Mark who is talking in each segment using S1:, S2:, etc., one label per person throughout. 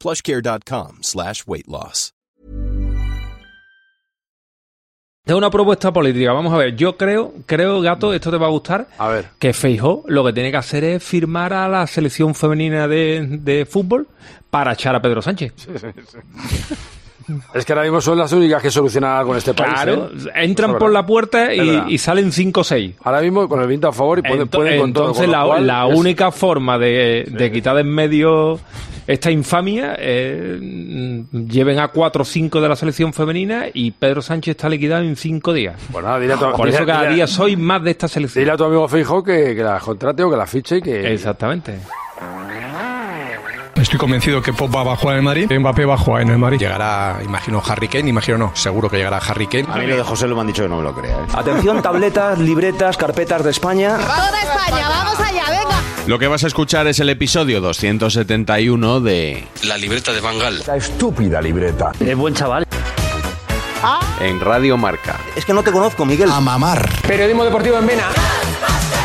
S1: plushcare.com slash weight loss.
S2: De una propuesta política, vamos a ver, yo creo, creo, gato, esto te va a gustar,
S3: A ver.
S2: que Feijó lo que tiene que hacer es firmar a la selección femenina de, de fútbol para echar a Pedro Sánchez.
S3: Es que ahora mismo son las únicas que solucionan algo en este país.
S2: Claro,
S3: ¿eh?
S2: entran
S3: Eso es
S2: por
S3: verdad.
S2: la puerta
S3: Es
S2: y,
S3: verdad.
S2: y salen 5 o 6.
S3: Ahora mismo con el viento a favor y pueden, pueden con todo.
S2: entonces
S3: con lo
S2: la,
S3: cual
S2: la
S3: es-
S2: única forma de, de quitar de en medio esta infamia eh, mm, lleven a 4 o 5 de la selección femenina y Pedro Sánchez está liquidado en 5 días.
S3: Pues nada, dile a tu,
S2: Por
S3: dile-
S2: eso cada
S3: dile-
S2: día soy más de esta selección.
S3: dile a tu amigo Fijo que, que la contrate o que la fiche y que.
S2: Exactamente.
S4: Estoy convencido que Pop va a jugar en el Madrid, Mbappé va a jugar en el Madrid. Llegará, imagino, Harry Kane, imagino no, seguro que llegará Harry Kane.
S5: A mí lo de José lo me han dicho que no me lo crea. ¿eh?
S6: Atención, tabletas, libretas, carpetas de España.
S7: Toda España, vamos allá, venga.
S8: Lo que vas a escuchar es el episodio 271 de
S9: La libreta de Bangal.
S6: La estúpida libreta.
S5: Es buen chaval.
S8: En Radio Marca.
S6: Es que no te conozco, Miguel.
S4: A mamar.
S3: Periodismo deportivo en Vena.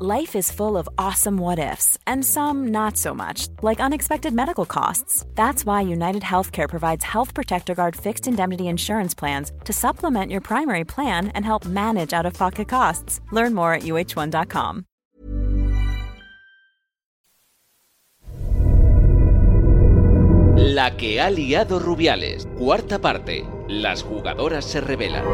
S10: Life is full of awesome what ifs and some not so much, like unexpected medical costs. That's why United Healthcare provides Health Protector Guard fixed indemnity insurance plans to supplement your primary plan and help manage out of pocket costs. Learn more at uh1.com.
S8: La que ha liado Rubiales. Cuarta parte. Las jugadoras se revelan.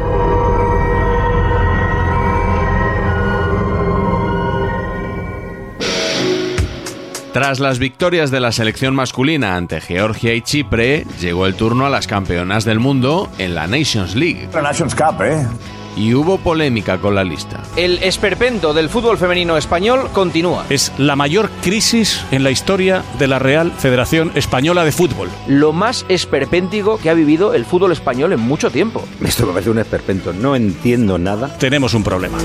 S8: Tras las victorias de la selección masculina ante Georgia y Chipre, llegó el turno a las campeonas del mundo en la Nations League
S6: Nations Cup, ¿eh?
S8: y hubo polémica con la lista.
S6: El esperpento del fútbol femenino español continúa.
S5: Es la mayor crisis en la historia de la Real Federación Española de Fútbol.
S6: Lo más esperpéntico que ha vivido el fútbol español en mucho tiempo.
S5: Esto me parece un esperpento, no entiendo nada. Tenemos un problema.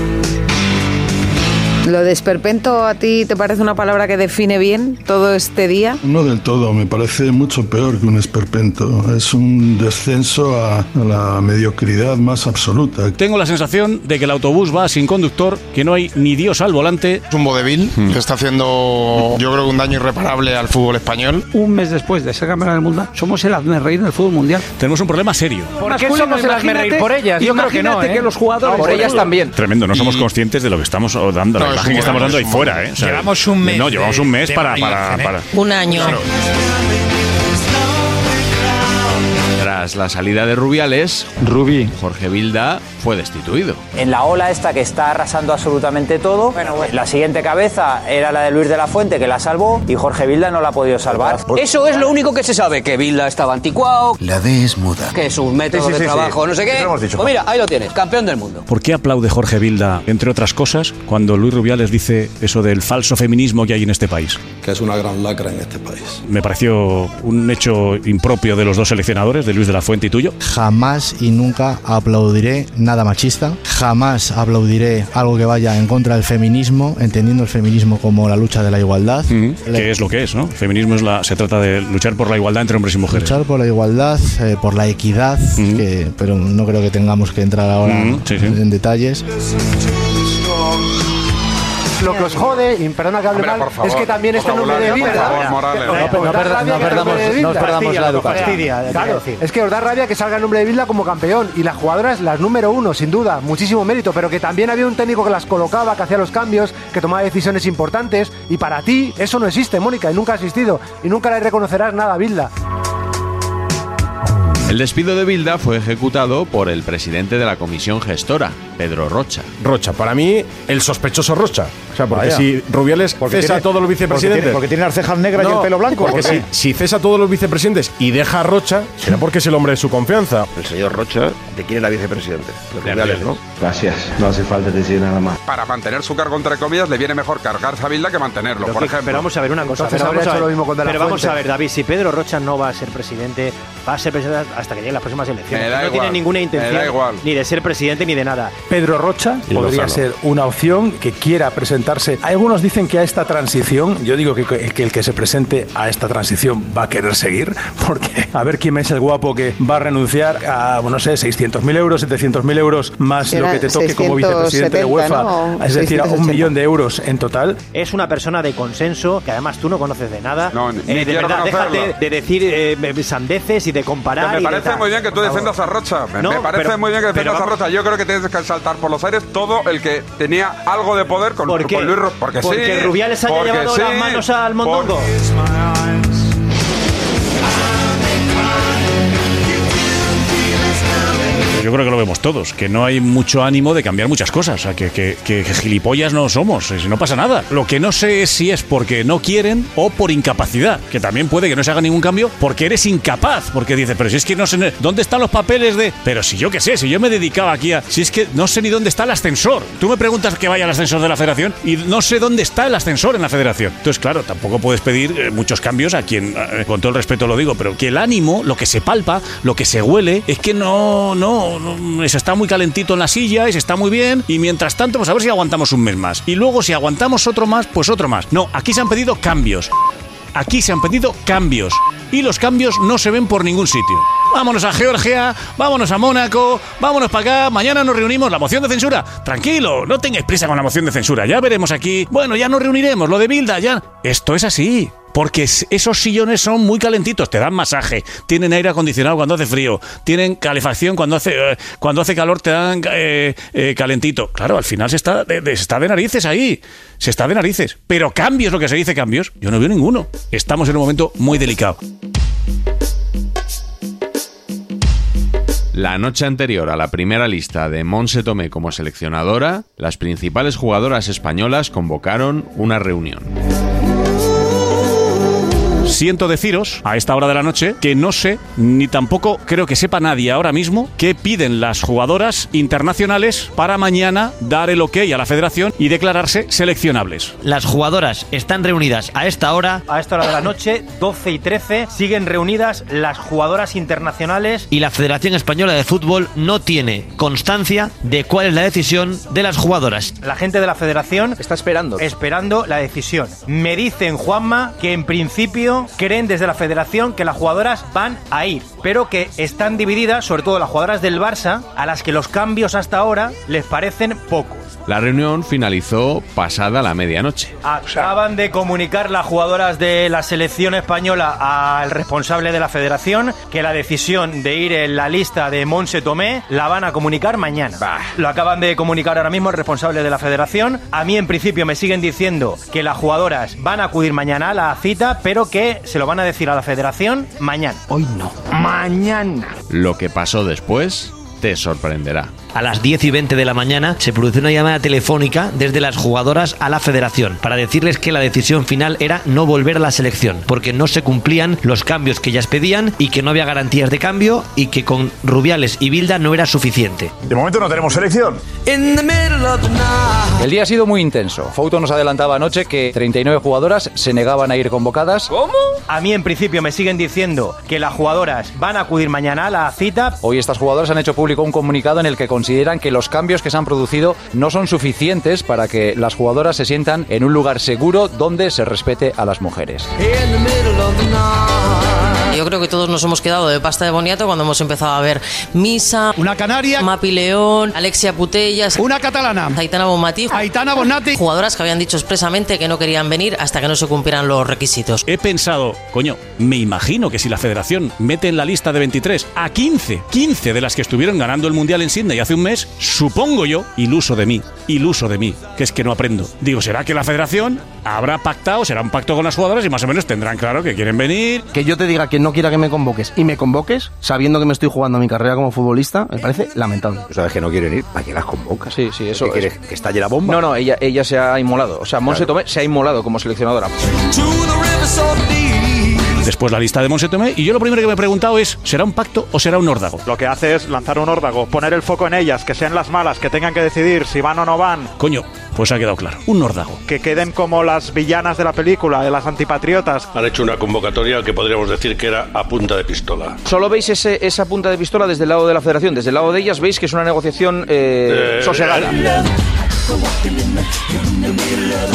S7: Lo de esperpento, ¿a ti te parece una palabra que define bien todo este día?
S9: No del todo, me parece mucho peor que un esperpento. Es un descenso a, a la mediocridad más absoluta.
S5: Tengo la sensación de que el autobús va sin conductor, que no hay ni Dios al volante.
S9: Es un vodevil que está haciendo, yo creo, un daño irreparable al fútbol español.
S2: Un mes después de ser campeona del mundo, somos el hazme reír del fútbol mundial.
S5: Tenemos un problema serio.
S6: ¿Por qué somos el hazme reír? Por ellas, yo creo que no. ¿eh? por ellas también.
S5: Tremendo, no somos conscientes de lo que estamos dando,
S9: No, es un horror, es un
S5: fuera. ¿eh? O sea,
S4: Llevamos un mes
S5: No, llevamos un
S4: de-
S5: mes
S4: de
S5: para,
S4: mala
S11: Ah,
S5: para-
S4: imagen, ¿eh?
S5: para-
S7: Un año.
S8: Tras la salida de Rubiales,
S3: Rubí.
S8: Jorge Vilda fue destituido.
S6: En la ola esta que está arrasando absolutamente todo, la siguiente cabeza era la de Luis de la Fuente que la salvó y Jorge Vilda no la ha podido salvar. Eso es lo único que se sabe, que Vilda estaba anticuado,
S9: La D es muda.
S6: que sus métodos de trabajo, no sé qué. Pues mira, ahí lo tienes, campeón del mundo.
S5: ¿Por qué aplaude Jorge Vilda, entre otras cosas, cuando Luis Rubiales dice eso del falso feminismo que hay en este país?
S9: Que es una gran lacra en este país.
S5: Me pareció un hecho impropio de los dos seleccionadores, de Luis de la Fuente y tuyo.
S4: Jamás y nunca aplaudiré nada machista. Jamás aplaudiré algo que vaya en contra del feminismo, entendiendo el feminismo como la lucha de la igualdad.
S5: Mm,
S9: Mm.
S5: Que es lo que es, ¿no? El feminismo es la, se trata de luchar por la igualdad entre hombres y mujeres.
S4: Luchar por la igualdad, eh, por la equidad, que- pero no creo que tengamos que entrar ahora
S5: Ujú, sí, sí.
S4: en detalles.
S12: lo que os jode, y perdona que hable
S13: Hombre,
S12: mal,
S13: por favor.
S12: es que también está en nombre de
S13: Por
S12: Bilda.
S13: favor, Morales. No, pero no perda- no perdamos- no os perdamos Fastidia, la nos educación. fastidia, te quería
S12: Claro,
S13: decir.
S12: es que os da rabia que salga el nombre de Bilda como campeón. Y las jugadoras, las número uno, sin duda, muchísimo mérito, pero que también había un técnico que las colocaba, que hacía los cambios, que tomaba decisiones importantes. Y para ti, eso no existe, Mónica, y nunca ha existido. Y nunca le reconocerás nada a Bilda.
S8: El despido de Bilda fue ejecutado por el presidente de la comisión gestora, Pedro Rocha.
S14: Rocha, para mí, el sospechoso Rocha. O sea, porque
S8: Vaya.
S14: si Rubiales
S8: Porque
S14: cesa
S8: tiene-
S14: a todos los vicepresidentes.
S8: porque tiene- porque tiene
S14: las cejas
S8: negras y el pelo blanco,
S14: Porque
S8: ¿por
S14: si,
S8: qué?
S14: si cesa a todos los vicepresidentes y deja a Rocha, será porque es el hombre de su confianza.
S15: El señor Rocha, ¿de quién era vicepresidente? De Rubiales, ¿no?
S16: Gracias, no hace falta decir nada más.
S13: Para mantener su cargo, entre comillas, le viene mejor cargarse a Bilda que mantenerlo,
S16: Pero,
S13: por
S16: que-
S13: ejemplo.
S16: pero vamos a ver una cosa.
S13: Entonces
S16: pero
S13: habría
S16: vamos a
S13: hecho
S16: ver,
S13: lo mismo con De La
S16: pero vamos
S13: Fuente.
S16: a ver, David, si Pedro Rocha no va a ser presidente, va a ser presidente hasta que lleguen las próximas elecciones.
S13: Me da
S16: no
S13: igual,
S16: tiene ninguna
S13: me da
S16: intención
S13: igual.
S16: ni de ser presidente ni de nada.
S17: Pedro Rocha
S16: Y
S17: podría
S16: Lozano.
S17: ser una opción que quiera presentarse. Algunos dicen que a esta transición, yo digo que, que el que se presente a esta transición va a querer seguir, porque a ver quién es el guapo que va a renunciar a, no sé, 600.000 euros, 700.000 euros, más lo
S7: Era
S17: que te toque como vicepresidente de
S16: 670,
S17: UEFA,
S16: ¿no?
S17: es decir, a un
S16: 680.
S17: millón de euros en total.
S16: Es una persona de consenso que además tú no conoces de nada.
S17: No, ni- ni
S16: de
S17: quiero
S16: verdad,
S17: conocerlo.
S16: Eh, déjate de decir eh, sandeces y de
S13: Que
S16: comparar.
S13: me
S16: y de
S13: parece
S16: tal.
S13: muy bien que tú
S16: Por favor.
S13: defiendas a Rocha. Me,
S16: No,
S13: me parece
S16: pero-
S13: muy bien que
S16: pero
S13: defiendas a
S16: vamos-
S13: Rocha. Yo creo que tienes que saltar por los aires todo el que tenía algo de poder con,
S16: ¿Por qué?
S13: con Luis Ro- Porque,
S16: Porque
S13: sí.
S16: Rubiales haya
S13: porque
S16: llevado
S13: sí,
S16: las manos al mondongo.
S5: Yo creo que lo vemos todos, que no hay mucho ánimo de cambiar muchas cosas, o sea, que, que- que gilipollas no somos, si no pasa nada. Lo que no sé es si es porque no quieren o por incapacidad, que también puede que no se haga ningún cambio porque eres incapaz, porque dices, pero si es que no sé, ¿dónde están los papeles de...? Pero si yo qué sé, si yo me dedicaba aquí a... Si es que no sé ni dónde está el ascensor. Tú me preguntas que vaya al ascensor de la federación y no sé dónde está el ascensor en la federación. Entonces, claro, tampoco puedes pedir eh, muchos cambios a quien, eh, con todo el respeto lo digo, pero que el ánimo, lo que se palpa, lo que se huele, es que no, no, no, se está muy calentito en la silla y se está muy bien. Y mientras tanto, pues a ver si aguantamos un mes más. Y luego, si aguantamos otro más, pues otro más. No, aquí se han pedido cambios. Aquí se han pedido cambios. Y los cambios no se ven por ningún sitio. Vámonos a Georgia, vámonos a Mónaco, vámonos para acá. Mañana nos reunimos. La moción de censura. Tranquilo, no tengáis prisa con la moción de censura. Ya veremos aquí. Bueno, ya nos reuniremos. Lo de Bilda, ya. Esto es así. Porque es- esos sillones son muy calentitos, te dan masaje, tienen aire acondicionado cuando hace frío, tienen calefacción cuando hace eh, cuando hace calor te dan eh, eh, calentito. Claro, al final se está de, de- se está de narices ahí, se está de narices. Pero cambios, lo que se dice cambios, yo no veo ninguno. Estamos en un momento muy delicado.
S8: La noche anterior a la primera lista de Monse Tomé como seleccionadora, las principales jugadoras españolas convocaron una reunión.
S5: Siento deciros a esta hora de la noche que no sé, ni tampoco creo que sepa nadie ahora mismo, qué piden las jugadoras internacionales para mañana dar el ok a la federación y declararse seleccionables.
S18: Las jugadoras están reunidas a esta hora
S16: A esta hora de la noche, 12 y 13, siguen reunidas las jugadoras internacionales
S18: y la Federación Española de Fútbol no tiene constancia de cuál es la decisión de las jugadoras.
S16: La gente de la federación está esperando. Esperando la decisión. Me dicen, Juanma, que en principio creen desde la federación que las jugadoras van a ir, pero que están divididas, sobre todo las jugadoras del Barça, a las que los cambios hasta ahora les parecen pocos.
S8: La reunión finalizó pasada la medianoche.
S16: Acaban de comunicar las jugadoras de la selección española al responsable de la federación que la decisión de ir en la lista de Monse Tomé la van a comunicar mañana. Lo acaban de comunicar ahora mismo el responsable de la federación. A mí en principio me siguen diciendo que las jugadoras van a acudir mañana a la cita, pero que se lo van a decir a la federación mañana. Hoy no. Mañana.
S8: Lo que pasó después te sorprenderá.
S18: A las 10 y 20 de la mañana se produce una llamada telefónica desde las jugadoras a la federación para decirles que la decisión final era no volver a la selección porque no se cumplían los cambios que ellas pedían y que no había garantías de cambio y que con Rubiales y Bilda no era suficiente.
S11: De momento no tenemos selección.
S19: El día ha sido muy intenso. Fouto nos adelantaba anoche que 39 jugadoras se negaban a ir convocadas. ¿Cómo?
S16: A mí en principio me siguen diciendo que las jugadoras van a acudir mañana a la cita,
S19: Hoy estas jugadoras han hecho público un comunicado en el que consideran que los cambios que se han producido no son suficientes para que las jugadoras se sientan en un lugar seguro donde se respete a las mujeres.
S11: In the middle of the night. Yo creo que todos nos hemos quedado de pasta de boniato cuando hemos empezado a ver Misa, una canaria, Mapi León, Alexia Putellas, una catalana, Aitana Bonmatí, Aitana Bonati, jugadoras que habían dicho expresamente que no querían venir hasta que no se cumplieran los requisitos.
S5: He pensado, coño, me imagino que si la federación mete en la lista de 23 a 15, 15 de las que estuvieron ganando el Mundial en Sydney hace un mes, supongo yo, iluso de mí, iluso de mí, que es que no aprendo. Digo, ¿será que la federación habrá pactado, será un pacto con las jugadoras y más o menos tendrán claro que quieren venir?
S15: Que yo te diga que no quiera que me convoques y me convoques sabiendo que me estoy jugando mi carrera como futbolista, me parece lamentable.
S19: Sabes que no quieren ir, ¿para qué las convocas? Sí, sí, eso.
S15: ¿Qué quieres,
S19: ¿Que estalle la bomba? No, no, ella, ella se ha inmolado. O sea, Monse Tomé se ha inmolado como seleccionadora.
S5: Después la lista de Monse Tomé y yo lo primero que me he preguntado es, ¿será un pacto o será un órdago?
S20: Lo que hace es lanzar un órdago, poner el foco en ellas, que sean las malas, que tengan que decidir si van o no van,
S5: Coño, pues ha quedado claro, un órdago.
S20: que queden como las villanas de la película, de las antipatriotas.
S21: Han hecho una convocatoria que podríamos decir que era a punta de pistola.
S19: Solo veis ese, esa punta de pistola desde el lado de la federación. Desde el lado de ellas veis que es una negociación eh,
S21: Eh,
S19: sosegada.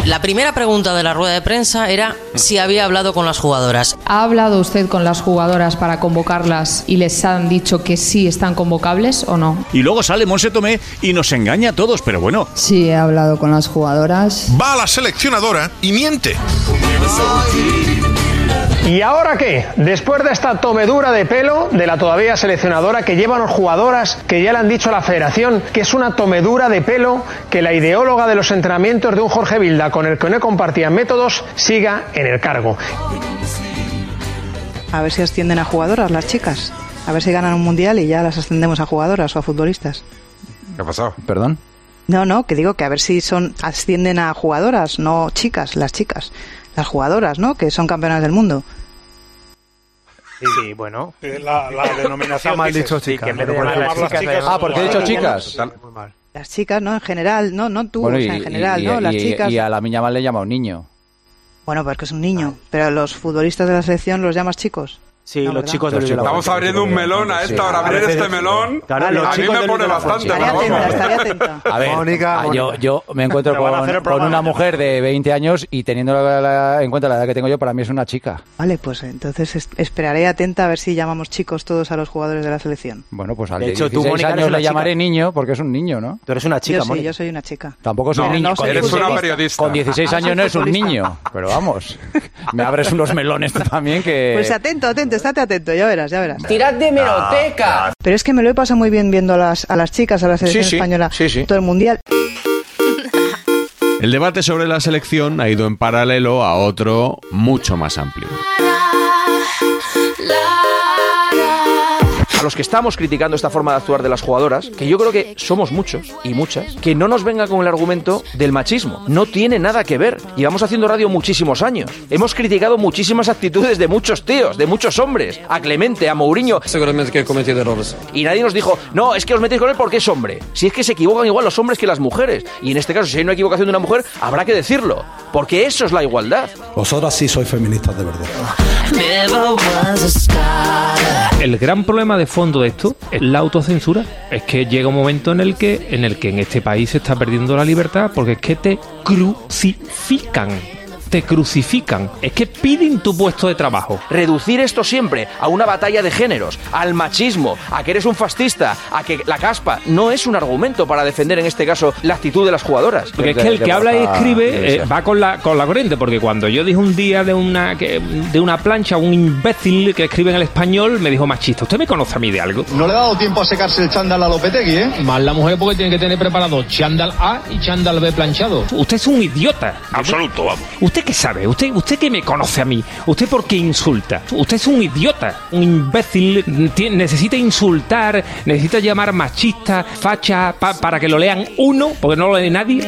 S11: La primera pregunta de la rueda de prensa era si había hablado con las jugadoras.
S22: ¿Ha hablado usted con las jugadoras para convocarlas y les han dicho que sí están convocables o no?
S5: Y luego sale Monse Tomé y nos engaña a todos, pero bueno.
S22: Sí, he hablado con las jugadoras.
S5: Va a la seleccionadora y miente.
S23: ¿Y ahora qué? Después de esta tomedura de pelo de la todavía seleccionadora que llevan los jugadoras que ya le han dicho a la federación que es una tomedura de pelo que la ideóloga de los entrenamientos de un Jorge Vilda con el que no compartían métodos siga en el cargo.
S24: A ver si ascienden a jugadoras las chicas. A ver si ganan un mundial y ya las ascendemos a jugadoras o a futbolistas.
S13: ¿Qué ha pasado?
S19: Perdón.
S24: No, no, que digo que a ver si son ascienden a jugadoras, no chicas, las chicas. Las jugadoras, ¿no? Que son campeonas del mundo.
S12: Sí, sí, bueno.
S21: La, la denominación.
S12: Está mal
S21: dices,
S12: dicho
S21: sí,
S12: chicas,
S21: que en vez
S12: ¿no?
S21: de
S12: Porque-
S21: llamarlas chicas,
S19: Ah, porque he dicho chicas.
S24: Las chicas, ¿no? En general, no, no tú, o sea, en general, ¿no? Las chicas.
S19: y a la miña mal le llama un niño.
S24: Bueno, porque es un niño, pero los futbolistas de la selección los llamas chicos.
S19: Sí,
S24: No, los ¿verdad? chicos de Luis de la
S13: Estamos
S24: Fuente.
S13: abriendo un melón a esta hora. Abrir este melón
S19: Claro, los
S13: a mí
S19: chicos
S13: me
S19: de
S13: pone
S19: Luis de la
S13: bastante.
S19: Fuente.
S13: pero vamos.
S19: A ver,
S12: Mónica,
S19: ah,
S12: Mónica.
S19: Yo, yo me encuentro
S12: Pero van a hacer
S19: con,
S12: el programa
S19: con una mujer de 20 años y teniendo la- la- en cuenta la edad que tengo yo, para mí es una chica.
S24: Vale, pues entonces es- esperaré atenta a ver si llamamos chicos todos a los jugadores de la selección.
S19: Bueno, pues al
S24: De
S19: de
S24: hecho, tú,
S19: 16
S24: Mónica, eres
S19: años
S24: una
S19: le
S24: chica.
S19: llamaré niño porque es un niño, ¿no? Tú eres una
S24: yo sí, yo soy una chica.
S19: Tampoco soy
S24: No,
S19: un niño.
S24: no,
S19: Con
S24: eres
S19: 16
S24: una
S13: periodista.
S19: Con 16
S24: Ah,
S19: años
S24: soy
S19: no es un
S24: futbolista.
S19: niño, pero vamos. Me abres unos melones tú también que...
S24: Pues atento, atento, estate atento, ya verás, ya verás.
S19: Tirad de hemeroteca.
S24: Pero es que me lo he pasado muy bien viendo a las, a las chicas, a la selección
S8: Sí, sí,
S24: española, todo el mundial.
S8: El debate sobre la selección ha ido en paralelo a otro mucho más amplio.
S19: a los que estamos criticando esta forma de actuar de las jugadoras, que yo creo que somos muchos y muchas, que no nos venga con el argumento del machismo. No tiene nada que ver. Llevamos haciendo radio muchísimos años. Hemos criticado muchísimas actitudes de muchos tíos, de muchos hombres. A Clemente, a Mourinho. Seguramente que he cometido errores. Y nadie nos dijo, no, es que os metéis con él porque es hombre. Si es que se equivocan igual los hombres que las mujeres. Y en este caso, si hay una equivocación de una mujer, habrá que decirlo. Porque eso es la igualdad.
S25: Vosotras sí sois feministas de verdad.
S2: El gran problema de fondo de esto es la autocensura. Es que llega un momento en el que en el que en este país se está perdiendo la libertad porque es que te crucifican. Te crucifican. Es que piden tu puesto de trabajo.
S19: Reducir esto siempre a una batalla de géneros, al machismo, a que eres un fascista, a que la caspa, no es un argumento para defender en este caso la actitud de las jugadoras.
S2: Porque es que el que habla y escribe eh, va con la, con la corriente, porque cuando yo dije un día de una que- de una plancha, un imbécil que escribe en el español me dijo machista, ¿usted me conoce a mí de algo?
S26: No le ha dado tiempo a secarse el chándal a Lopetegui, ¿eh? Más la mujer porque tiene que tener preparado chándal A y chándal B planchado.
S2: Usted es un idiota.
S21: Absoluto, vamos.
S2: ¿Usted qué sabe? ¿Usted, ¿Usted qué me conoce a mí? ¿Usted por qué insulta? Usted es un idiota, un imbécil. tie- necesita insultar, necesita llamar machista, facha, pa- para que lo lean uno, porque no lo lee nadie.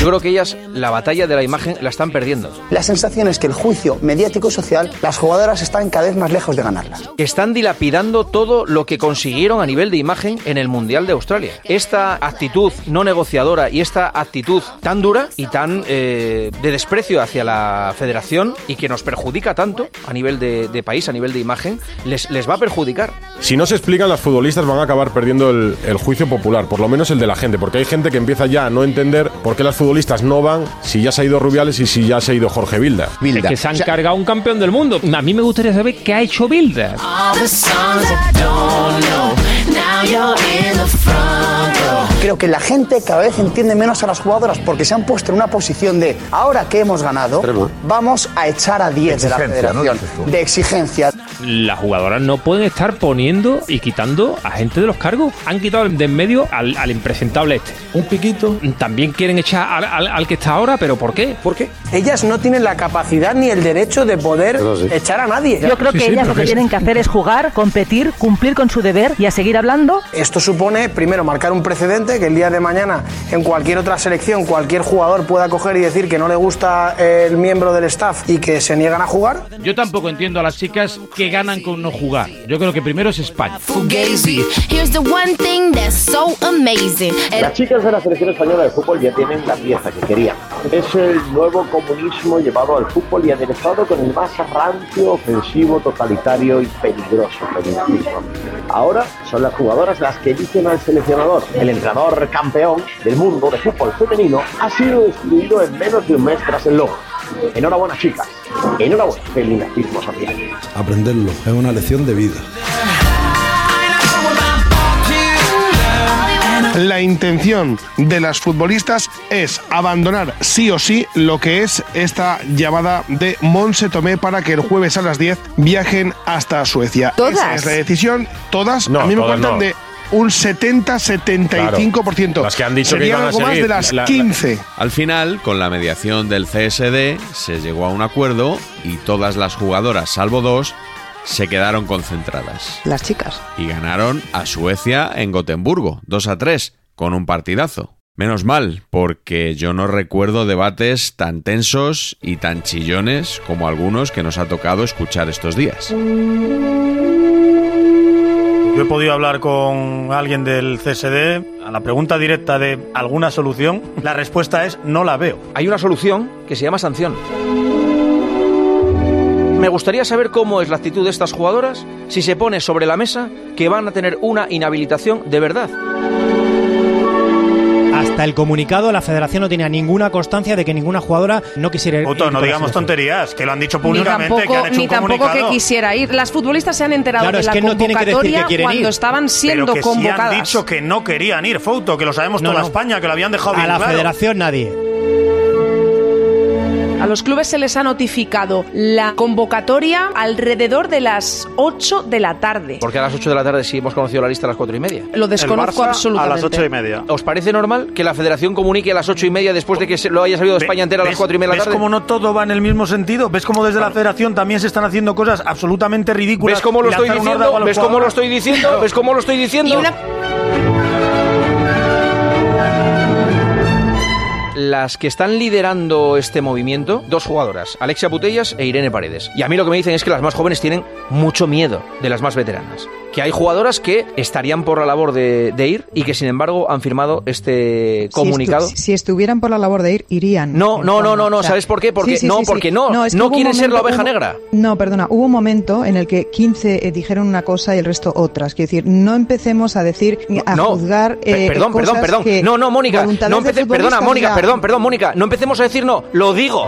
S19: Yo creo que ellas la batalla de la imagen la están perdiendo.
S27: La sensación es que el juicio mediático-social, las jugadoras están cada vez más lejos de ganarlas.
S19: Que están dilapidando todo lo que consiguieron a nivel de imagen en el Mundial de Australia. Esta actitud no negociadora jugadora y esta actitud tan dura y tan eh, de desprecio hacia la federación y que nos perjudica tanto a nivel de, de país, a nivel de imagen, les, les va a perjudicar.
S28: Si no se explican, las futbolistas van a acabar perdiendo el, el juicio popular, por lo menos el de la gente, porque hay gente que empieza ya a no entender por qué las futbolistas no van si ya se ha ido Rubiales y si ya se ha ido Jorge Vilda.
S2: Es que se han cargado un campeón del mundo. A mí me gustaría saber qué ha hecho Bilda.
S23: Creo que la gente cada vez entiende menos a las jugadoras porque se han puesto en una posición de ahora que hemos ganado, vamos a echar a 10 de la
S2: Exigencia, ¿no?
S23: federación.
S2: Dices
S23: De exigencia.
S2: Las jugadoras no pueden estar poniendo y quitando a gente de los cargos. Han quitado de en medio al, al impresentable este. Un piquito. También quieren echar al, al- al que está ahora, pero ¿por qué? ¿Por qué?
S27: Ellas no tienen la capacidad ni el derecho de poder
S2: Eso sí.
S27: echar a nadie.
S11: Yo creo que ellas lo que tienen que hacer es jugar, competir, cumplir con su deber y a seguir hablando.
S27: Esto supone, primero, marcar un precedente, que el día de mañana en cualquier otra selección cualquier jugador pueda coger y decir que no le gusta el miembro del staff y que se niegan a jugar.
S29: Yo tampoco entiendo a las chicas que ganan con no jugar. Yo creo que primero es España.
S6: Here's the one thing that's so amazing.
S16: Las chicas de la selección española de fútbol ya tienen la pieza que querían. Es el nuevo comunismo llevado al fútbol y aderezado con el más rancio, ofensivo, totalitario y peligroso feminismo. Ahora son las jugadoras las que eligen al seleccionador. El entrenador campeón del mundo de fútbol femenino ha sido destruido en menos de un mes tras el logo. Enhorabuena, chicas. Enhorabuena, feminacismo social.
S30: Aprenderlo es una lección de vida.
S14: La intención de las futbolistas es abandonar sí o sí lo que es esta llamada de Monse Tomé para que el jueves a las 10 viajen hasta Suecia.
S31: Todas.
S14: Esa es la decisión. Todas.
S28: No,
S14: a mí me
S28: todas no.
S14: faltan de un 70-75%.
S28: Las que han dicho que
S14: Serían
S28: iban a
S14: algo
S28: seguir.
S14: más de las
S28: La- la-
S14: 15.
S8: Al final, con la mediación del CSD, se llegó a un acuerdo y todas las jugadoras, salvo dos, se quedaron concentradas.
S24: Las chicas.
S8: Y ganaron a Suecia en Gotemburgo, 2 a 3, con un partidazo. Menos mal, porque yo no recuerdo debates tan tensos y tan chillones como algunos que nos ha tocado escuchar estos días.
S5: Yo he podido hablar con alguien del CSD a la pregunta directa de alguna solución. La respuesta es no la veo.
S19: Hay una solución que se llama sanción. Me gustaría saber cómo es la actitud de estas jugadoras si se pone sobre la mesa que van a tener una inhabilitación de verdad.
S32: Hasta el comunicado, la federación no tenía ninguna constancia de que ninguna jugadora no quisiera ir.
S5: Otto, no digamos tonterías, que lo han dicho públicamente, que han hecho
S7: ni
S5: un
S7: tampoco que
S5: comunicado.
S7: quisiera ir. Las futbolistas se han enterado
S5: Claro,
S7: de
S5: es
S7: la
S5: que no tienen que decir que
S7: convocatoria
S5: quieren ir.
S7: cuando estaban siendo
S5: Pero que sí
S7: convocadas.
S5: han dicho que no querían ir, Fouto, que lo sabemos
S32: No,
S5: toda
S32: no.
S5: España, que lo habían dejado
S32: A
S5: bien
S32: la
S5: claro.
S32: federación nadie.
S7: A los clubes se les ha notificado la convocatoria alrededor de las 8 de la tarde.
S19: Porque a las 8 de la tarde sí hemos conocido la lista a las 4 y media.
S7: Lo desconozco El Barça absolutamente. a las 8 y
S19: media. ¿Os parece normal que la federación comunique a las 8 y media después de que se lo haya sabido España entera a las
S5: ¿Ves-
S19: 4 y media de la
S5: ¿Ves
S19: tarde?
S5: cómo no todo va en el mismo sentido? ¿Ves cómo desde la federación también se están haciendo cosas absolutamente ridículas?
S19: ¿Ves cómo lo
S5: y
S19: estoy
S5: lanzar un órdago a
S19: diciendo?
S5: los
S19: ¿Ves cómo lo
S5: jugadores?
S19: estoy diciendo? ¿Ves cómo lo estoy diciendo? Las que están liderando este movimiento, dos jugadoras, Alexia Putellas e Irene Paredes. Y a mí lo que me dicen es que las más jóvenes tienen mucho miedo de las más veteranas. Que hay jugadoras que estarían por la labor de, de ir y que sin embargo han firmado este
S24: Si estu-
S19: comunicado.
S24: Si, estuvieran por la labor de ir, irían.
S19: No,
S24: en
S19: no, no,
S24: fondo.
S19: no, no,
S24: O sea,
S19: ¿sabes por qué? Porque- no, porque no,
S24: es que
S19: no
S24: hubo un
S19: quieren ser la
S24: momento-
S19: oveja negra.
S24: No, perdona, hubo un momento en el que 15 eh, dijeron una cosa y el resto otras. Quiero decir, no empecemos a decir, a
S19: no.
S24: juzgar.
S19: Pe-
S24: eh,
S19: perdón,
S24: cosas
S19: perdón, perdón.
S24: que
S19: No, no, Mónica.
S24: voluntades
S19: No
S24: de
S19: empece- perdona,
S24: futbolistas
S19: Mónica,
S24: ya-
S19: perdón, perdón, Mónica. No empecemos a decir no. Lo digo.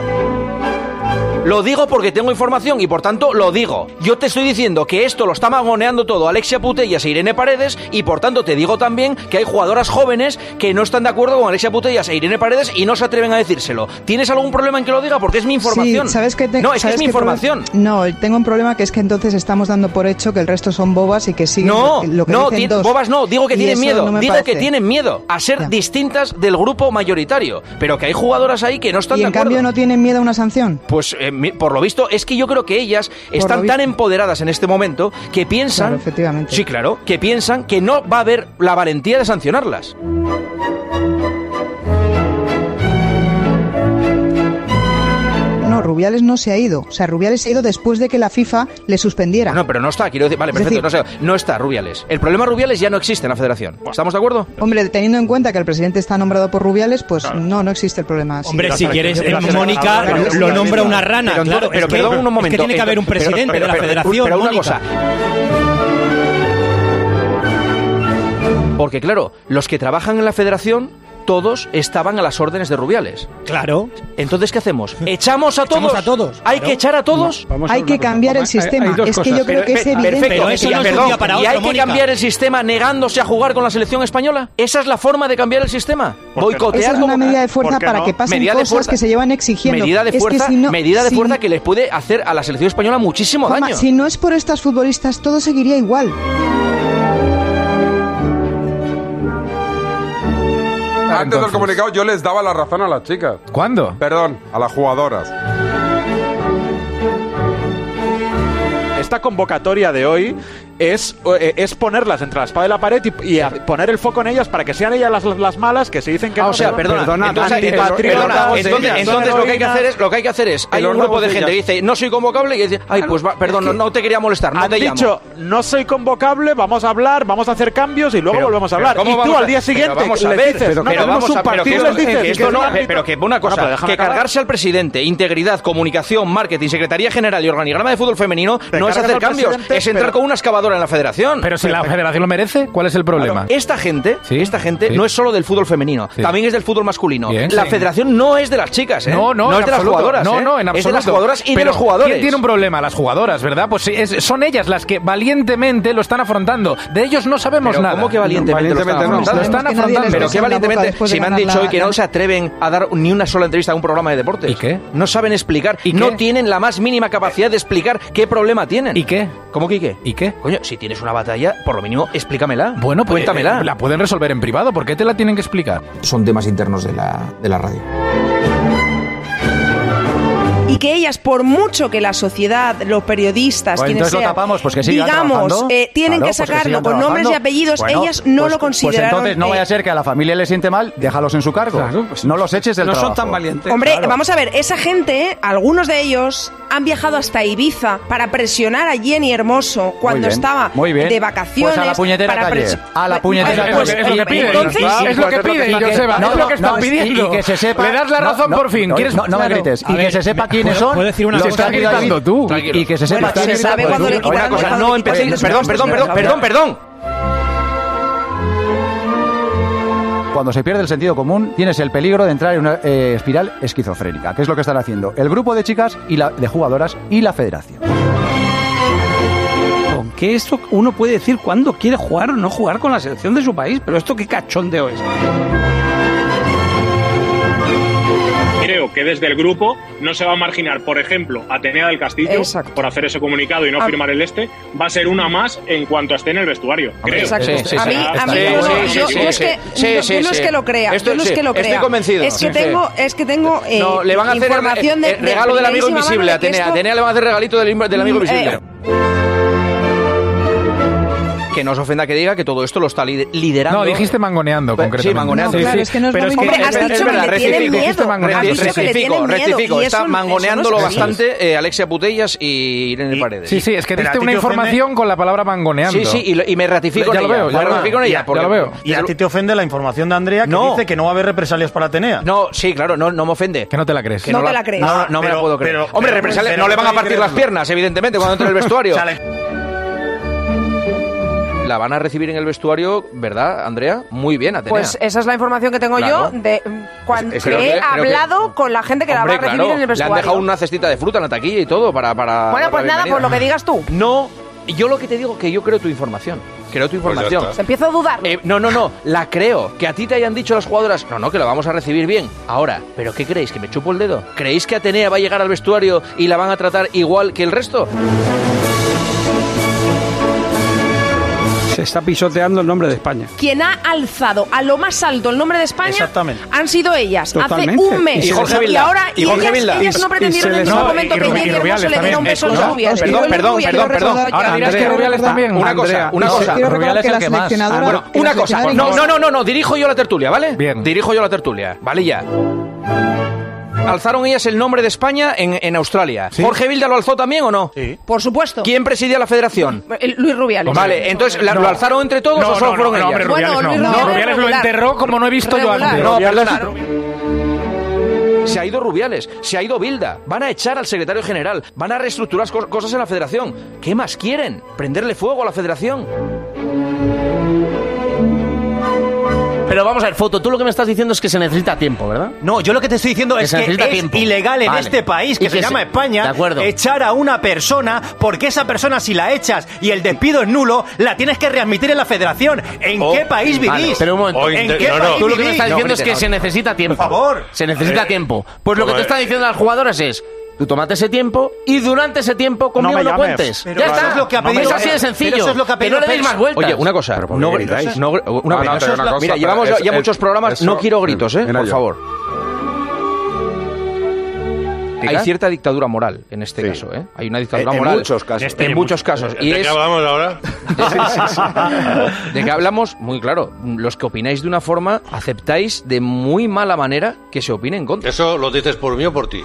S19: Lo digo porque tengo información y por tanto lo digo. Yo te estoy diciendo que esto lo está magoneando todo Alexia Putellas e Irene Paredes y por tanto te digo también que hay jugadoras jóvenes que no están de acuerdo con Alexia Putellas e Irene Paredes y no se atreven a decírselo. ¿Tienes algún problema en que lo diga? Porque es mi información.
S24: Sí, ¿sabes que te-
S19: no, es que
S24: sabes
S19: es mi
S24: qué problema-
S19: información.
S24: No, tengo un problema que es que entonces estamos dando por hecho que el resto son bobas y que siguen lo
S19: No,
S24: que- lo que
S19: no,
S24: dicen
S19: ti-
S24: dos.
S19: bobas no, digo que
S24: Y
S19: tienen
S24: eso
S19: miedo,
S24: no me
S19: digo que
S24: parece.
S19: tienen miedo a ser distintas del grupo mayoritario, pero que hay jugadoras ahí que no están
S24: Y en
S19: de acuerdo.
S24: cambio no tienen miedo a una sanción.
S19: Pues eh, mi- por lo visto es que yo creo que ellas
S24: lo
S19: están
S24: visto.
S19: tan empoderadas en este momento que piensan,
S24: Claro, efectivamente.
S19: sí claro, que piensan que no va a haber la valentía de sancionarlas.
S24: No, Rubiales Rubiales no se ha ido. O sea, Rubiales se ha ido después de que la FIFA le suspendiera.
S19: No, pero no está, quiero decir, vale,
S24: Es
S19: perfecto,
S24: decir-
S19: no, sé, no está Rubiales. El problema Rubiales ya no existe en la federación. ¿Estamos de acuerdo?
S24: Hombre, teniendo en cuenta que el presidente está nombrado por Rubiales, pues no, no existe el problema. así.
S33: Hombre, si quieres, eh,
S19: Gracias.
S33: Mónica
S19: Ahora, ahora,
S33: lo
S19: ahora,
S33: nombra
S19: ahora.
S33: una rana,
S19: Pero,
S33: claro.
S19: Pero,
S33: es que-
S19: perdón un momento.
S33: Es que tiene que
S19: eh,
S33: haber un
S19: pero-
S33: presidente
S19: pero-
S33: de la
S19: pero- pero-
S33: federación,
S19: Pero una
S33: Mónica.
S19: cosa. Porque claro, los que trabajan en la federación, todos estaban a las órdenes de Rubiales.
S33: Claro.
S19: Entonces, ¿qué hacemos? ¿Echamos a todos?
S33: Echamos a todos,
S19: ¿Hay
S33: claro.
S19: que echar a todos?
S33: No, vamos
S24: a Hay ver una que cosa. cambiar el Hay- hay- sistema. hay dos Es que cosas. yo creo que es
S19: pe-
S24: evidente.
S19: Perfecto.
S33: Pero eso
S19: Ya,
S33: no es un
S19: perdón.
S33: día para
S19: ¿Y
S33: otro,
S19: hay que
S33: Mónica.
S19: cambiar el sistema negándose a jugar con la selección española? ¿Esa es la forma de cambiar el sistema?
S24: Esa
S19: Boicotear
S24: es una
S19: como-
S24: medida de fuerza
S19: ¿Por qué
S24: para
S19: no?
S24: que pasen
S19: Medida de
S24: cosas
S19: fuerza.
S24: que se llevan exigiendo.
S19: Medida de
S24: Es que
S19: fuerza,
S24: si no-
S19: medida de
S24: si-
S19: fuerza que les puede hacer a la selección española muchísimo
S24: Juanma,
S19: daño.
S24: si no es por estas futbolistas, todo seguiría igual.
S13: Antes del comunicado yo les daba la razón a las chicas.
S5: ¿Cuándo?
S13: Perdón, a las jugadoras.
S5: Esta convocatoria de hoy es, eh, es ponerlas entre la espada y la pared y, y a- poner el foco en ellas para que sean ellas las, las malas que se dicen que
S19: Ah,
S5: no.
S19: o sea,
S5: pero-
S19: perdona, entonces,
S5: antipatriotas,
S19: perdona,
S5: son
S19: entonces,
S5: heroínas,
S19: entonces lo que hay que hacer es lo que hay que hacer es hay
S5: El
S19: un grupo
S5: horno
S19: de gente que
S5: botellas.
S19: dice no soy convocable y dice ay pues va, perdón no, no te quería molestar no
S5: Han
S19: te
S5: dicho,
S19: llamo
S5: no soy convocable, vamos a hablar, vamos a hacer cambios y luego
S19: Pero-
S5: volvemos a
S19: pero
S5: hablar.
S19: ¿cómo
S5: Y tú
S19: vamos a-
S5: al día
S19: pero
S5: siguiente
S19: vamos a
S5: les
S19: ver,
S5: dices,
S19: pero,
S5: no
S19: pero
S5: tenemos
S19: vamos
S5: un
S19: a- pero que
S5: partido,
S19: esto-
S5: les dices
S19: que esto
S5: que
S19: no-
S5: el árbitro-
S19: pero que una cosa,
S5: Bueno, pero déjame
S19: que
S5: acabar.
S19: cargarse al presidente, integridad, comunicación, marketing, secretaría general y organigrama de fútbol femenino
S5: Te
S19: no es
S5: cargas
S19: hacer
S5: al
S19: cambios,
S5: presidente,
S19: es entrar
S5: pero-
S19: con una excavadora en la federación.
S5: Pero si la
S19: federación lo merece, ¿cuál es el
S5: problema?
S19: Esta gente, esta gente
S5: sí.
S19: no es solo del fútbol femenino, también es del fútbol masculino.
S5: Bien.
S19: La
S5: Sí.
S19: federación no es de las chicas, ¿eh?
S5: No, no,
S19: es
S5: en
S19: de las
S5: absoluto.
S19: jugadoras,
S5: No,
S19: ¿eh?
S5: no, en
S19: Es de las
S5: absoluto.
S19: jugadoras y de
S5: Pero,
S19: los jugadores.
S5: ¿quién
S15: tiene un problema, las jugadoras, ¿verdad? Pues sí, es- son ellas las que valientemente lo están afrontando. De ellos no sabemos
S19: Pero
S15: nada.
S19: ¿Cómo que valientemente? lo están afrontando?
S15: Lo están afrontando.
S19: Pero qué valientemente. Si me han dicho hoy que no se atreven a dar ni una sola entrevista a un programa de deportes. ¿Y qué? No saben explicar. Y no tienen la más mínima capacidad de explicar qué problema tienen. ¿Y qué? ¿Cómo que y qué? ¿Y qué? Coño, si tienes una batalla, por lo mínimo, explícamela.
S15: Bueno, pues
S19: Cuéntamela.
S15: eh, la pueden resolver en privado. ¿Por qué te la tienen que explicar? Son temas internos de la, de la radio.
S7: y que ellas, por mucho que la sociedad, los periodistas,
S17: Pues
S7: quienes
S17: entonces lo
S7: sean,
S17: tapamos, pues que sigan
S7: digamos,
S17: trabajando.
S7: eh, tienen
S17: Claro,
S7: que
S17: pues sigan
S7: sacarlo con nombres y
S17: trabajando.
S7: apellidos,
S17: Bueno,
S7: ellas no
S17: pues-
S7: lo
S17: Pues
S7: consideraron.
S17: entonces no
S7: eh,
S17: vaya a ser que a la familia le siente mal, déjalos en su cargo. no los eches del
S18: no son
S17: trabajo.
S18: tan valientes.
S7: Hombre,
S17: Claro.
S7: vamos a ver, esa gente, eh, algunos de ellos han viajado hasta Ibiza para presionar a Jenny Hermoso cuando
S17: bien,
S7: estaba
S17: muy bien.
S7: de vacaciones.
S17: Pues a la puñetera
S7: para
S17: calle,
S7: presi-
S17: a la puñetera
S7: Pues-
S17: calle.
S7: pues,
S17: Es lo que piden,
S7: entonces-
S15: Es lo
S17: claro.
S15: que
S17: Pues es lo que-
S15: piden,
S17: y que-
S15: Joseba.
S17: no,
S15: es lo que
S17: no,
S15: están
S17: es- y-
S15: pidiendo.
S17: y que se sepa-
S15: Le das la
S17: no,
S15: razón
S17: no,
S15: por fin.
S17: no,
S15: ¿Quieres-
S17: no, no me
S15: Claro.
S17: grites. Y
S15: A
S17: que
S15: ver,
S17: se sepa
S15: me-
S17: quiénes
S15: ¿puedo-
S17: son
S15: puedo decir una
S17: los
S15: cosa?
S17: que han ido
S15: Gritando
S17: ahí.
S15: tú.
S17: Y que se
S15: Bueno,
S17: sepa
S15: se
S17: quiénes
S15: sabe
S17: son.
S15: cuando le quitan
S17: Una
S15: los
S17: cosa,
S15: zapatos.
S17: no
S15: Cuando le
S17: empecéis-
S15: quitan los
S17: Perdón, perdón, perdón, perdón, perdón.
S19: perdón.
S17: Cuando se pierde el sentido común, tienes el peligro de entrar en una eh, espiral esquizofrénica, que es lo que están haciendo el grupo de chicas y la, de jugadoras y la federación.
S18: Con que esto uno puede decir cuándo quiere jugar o no jugar con la selección de su país, pero esto qué cachondeo es.
S11: Creo que desde el grupo no se va a marginar, por ejemplo, Atenea del Castillo
S18: Exacto.
S11: por hacer ese comunicado y no
S7: Ah.
S11: firmar el este. Va a ser una más en cuanto esté en el vestuario. Creo.
S7: Exacto. a mí, a
S11: Sí, sí,
S7: mí yo, no-
S11: sí,
S7: yo-
S11: sí,
S7: yo es
S11: sí.
S7: que,
S11: Sí,
S7: yo-
S11: sí,
S7: yo no es
S11: sí.
S7: que lo crea,
S11: Estoy-
S7: yo no es
S11: sí,
S7: que lo
S11: estoy
S7: crea.
S11: convencido.
S7: Es que
S11: Sí.
S7: tengo, es que tengo eh,
S19: No, le van a hacer
S7: información
S19: eh,
S7: de,
S19: eh, regalo del amigo
S7: primerísima
S19: invisible.
S7: mano
S19: A
S7: de que
S19: Atenea,
S7: esto-
S19: Atenea le van a hacer regalito del, im- del amigo
S7: Mm,
S19: invisible.
S7: eh.
S19: Que no os ofenda que diga que todo esto lo está lide- liderando.
S15: No, dijiste mangoneando,
S19: Pe-
S15: concretamente.
S19: Sí, mangoneando.
S15: Sí, sí. Pero es que- es- es verdad, rectifico, dijiste mangoneando.
S19: Rectifico, rectifico. Está mangoneándolo bastante eh, Alexia Putellas y Irene Paredes.
S15: Sí, sí, es que
S19: Pero a
S15: diste
S19: ti
S15: una
S19: te ofende-
S15: información con la palabra mangoneando.
S19: Sí, sí, y, lo- y me ratifico
S15: Ya
S19: en
S15: lo
S19: ella,
S15: veo, ya
S19: me
S15: lo-
S19: ratifico en ella.
S15: ya-
S19: porque-
S15: ya lo veo.
S20: Y a ti te ofende la información de Andrea que
S19: No.
S20: dice que no va a haber represalias para Atenea.
S19: No, sí, claro, no, no me ofende.
S15: Que no te la crees.
S19: Que no, la- No, no, no me la puedo creer. Hombre, represalia- no le van a partir las piernas, evidentemente, cuando entre en el vestuario. La van a recibir en el vestuario, ¿verdad, Andrea? Muy bien, Atenea.
S7: Pues esa es la información que tengo
S19: Claro.
S7: yo de mm, cuando
S19: Es- es- creo
S7: he
S19: que- creo que-
S7: hablado con la gente que
S19: Hombre,
S7: la va a recibir
S19: claro,
S7: en el
S19: le
S7: vestuario.
S19: han dejado una cestita de fruta en la taquilla y todo para... para para
S7: Bueno, pues
S19: la
S7: nada,
S19: bienvenida.
S7: por lo que digas tú.
S19: No, yo lo que te digo que yo creo tu información. Creo tu información.
S7: Se empiezo a dudar.
S19: Eh, no, no, no, la creo. Que a ti te hayan dicho las jugadoras, no, no, que la vamos a recibir bien. Ahora, ¿pero qué creéis? ¿Que me chupo el dedo? ¿Creéis que Atenea va a llegar al vestuario y la van a tratar igual que el resto?
S18: Se está pisoteando el nombre de España.
S19: Eh,
S7: Quien ha alzado a lo más alto el nombre de España
S18: Exactamente.
S7: han sido ellas.
S18: Totalmente.
S7: Hace un mes.
S18: Y Jorge
S7: y
S18: Vilda.
S7: ahora
S19: Y Jorge
S7: ellas,
S19: Vilda.
S7: ellas
S19: Y-
S7: no
S19: y
S7: pretendieron
S19: se
S7: en
S19: les-
S7: ningún
S19: no,
S7: momento
S19: y
S7: que
S19: Ru- y
S7: Jenny Hermoso
S19: Rubiales
S7: le diera un
S19: también.
S7: beso a
S19: Escucha,
S7: Rubiales.
S19: perdón,
S7: Yo
S19: perdón,
S7: quiero
S19: perdón,
S7: recordar-
S19: perdón. Ahora dirás que Rubiales también. Una cosa, una cosa.
S18: Rubiales es el que más.
S19: Ah, bueno, una cosa. No, no, no, no, no, dirijo yo la tertulia, ¿vale? Bien. Dirijo yo la tertulia, ¿vale? Ya. alzaron ellas el nombre de España en, en Australia. ¿Jorge Vilda lo alzó también o no? Sí.
S7: Por supuesto.
S19: ¿Quién presidía la federación?
S7: Eh, Luis Rubiales.
S19: Pues Vale, entonces ¿la-
S7: No.
S19: ¿lo alzaron entre todos
S15: No,
S19: o solo
S15: no,
S19: fueron
S15: no,
S19: ellas?
S15: hombre, Rubiales Bueno, no. Luis Rubiales No, Rubiales lo regular. enterró como no he visto yo antes.
S19: No, pero
S15: Rubiales-
S19: claro. Se ha ido Rubiales, se ha ido Bilda, van a echar al secretario general, van a reestructurar cos- cosas en la federación. ¿Qué más quieren? ¿Prenderle fuego a la federación?
S2: Pero vamos a ver, Foto, tú lo que me estás diciendo es que se necesita tiempo, ¿verdad?
S16: No, yo lo que te estoy diciendo es
S2: se
S16: que
S2: necesita
S16: es
S2: tiempo.
S16: ilegal en
S2: Vale.
S16: este país,
S2: Y
S16: que, se, llama España,
S2: De acuerdo.
S16: echar a una persona porque esa persona si la echas y el despido es nulo, la tienes que readmitir en la federación. ¿En qué país vivís?
S2: Vale, pero un momento.
S16: ¿En qué
S2: Oh, no, no.
S16: país
S2: Tú lo que me
S16: vivís?
S2: estás diciendo es que se necesita tiempo. Por favor. Se necesita
S16: Eh,
S2: tiempo. Pues lo que
S16: joder.
S2: te está diciendo a las jugadoras es. Tú tomate ese tiempo y durante ese tiempo conmigo
S19: me
S2: no,
S19: llames.
S2: cuentes.
S19: Pero
S2: ya
S19: claro.
S2: está.
S19: Eso es lo que ha
S2: No me
S19: pedido-
S2: es así de
S19: pero
S2: sencillo.
S19: eso es lo que ha
S2: no
S19: pedido
S2: le deis
S19: Pech.
S2: más vueltas.
S19: Oye, una cosa. No gritáis. No, gr- una
S2: No,
S19: pena,
S2: no,
S19: eso
S2: pero
S19: es
S2: una
S19: lo-
S2: cosa,
S19: Mira,
S2: pero
S19: llevamos
S2: es-
S19: ya
S2: es-
S19: muchos programas.
S2: eso-
S19: No quiero gritos, ¿eh?
S2: Era
S19: Por
S2: yo.
S19: favor.
S2: ¿Diga?
S19: Hay cierta dictadura moral en este caso, ¿eh? Hay una dictadura
S2: En- en
S19: moral.
S2: muchos casos. Este,
S19: en
S2: en muchos-
S19: muchos casos. Y
S2: ¿De qué
S19: es-
S2: hablamos
S3: ahora?
S19: ¿De qué hablamos? Muy claro. Los que opináis de una forma, aceptáis de muy mala manera que se opine en contra.
S3: ¿Eso lo dices por mí o por ti?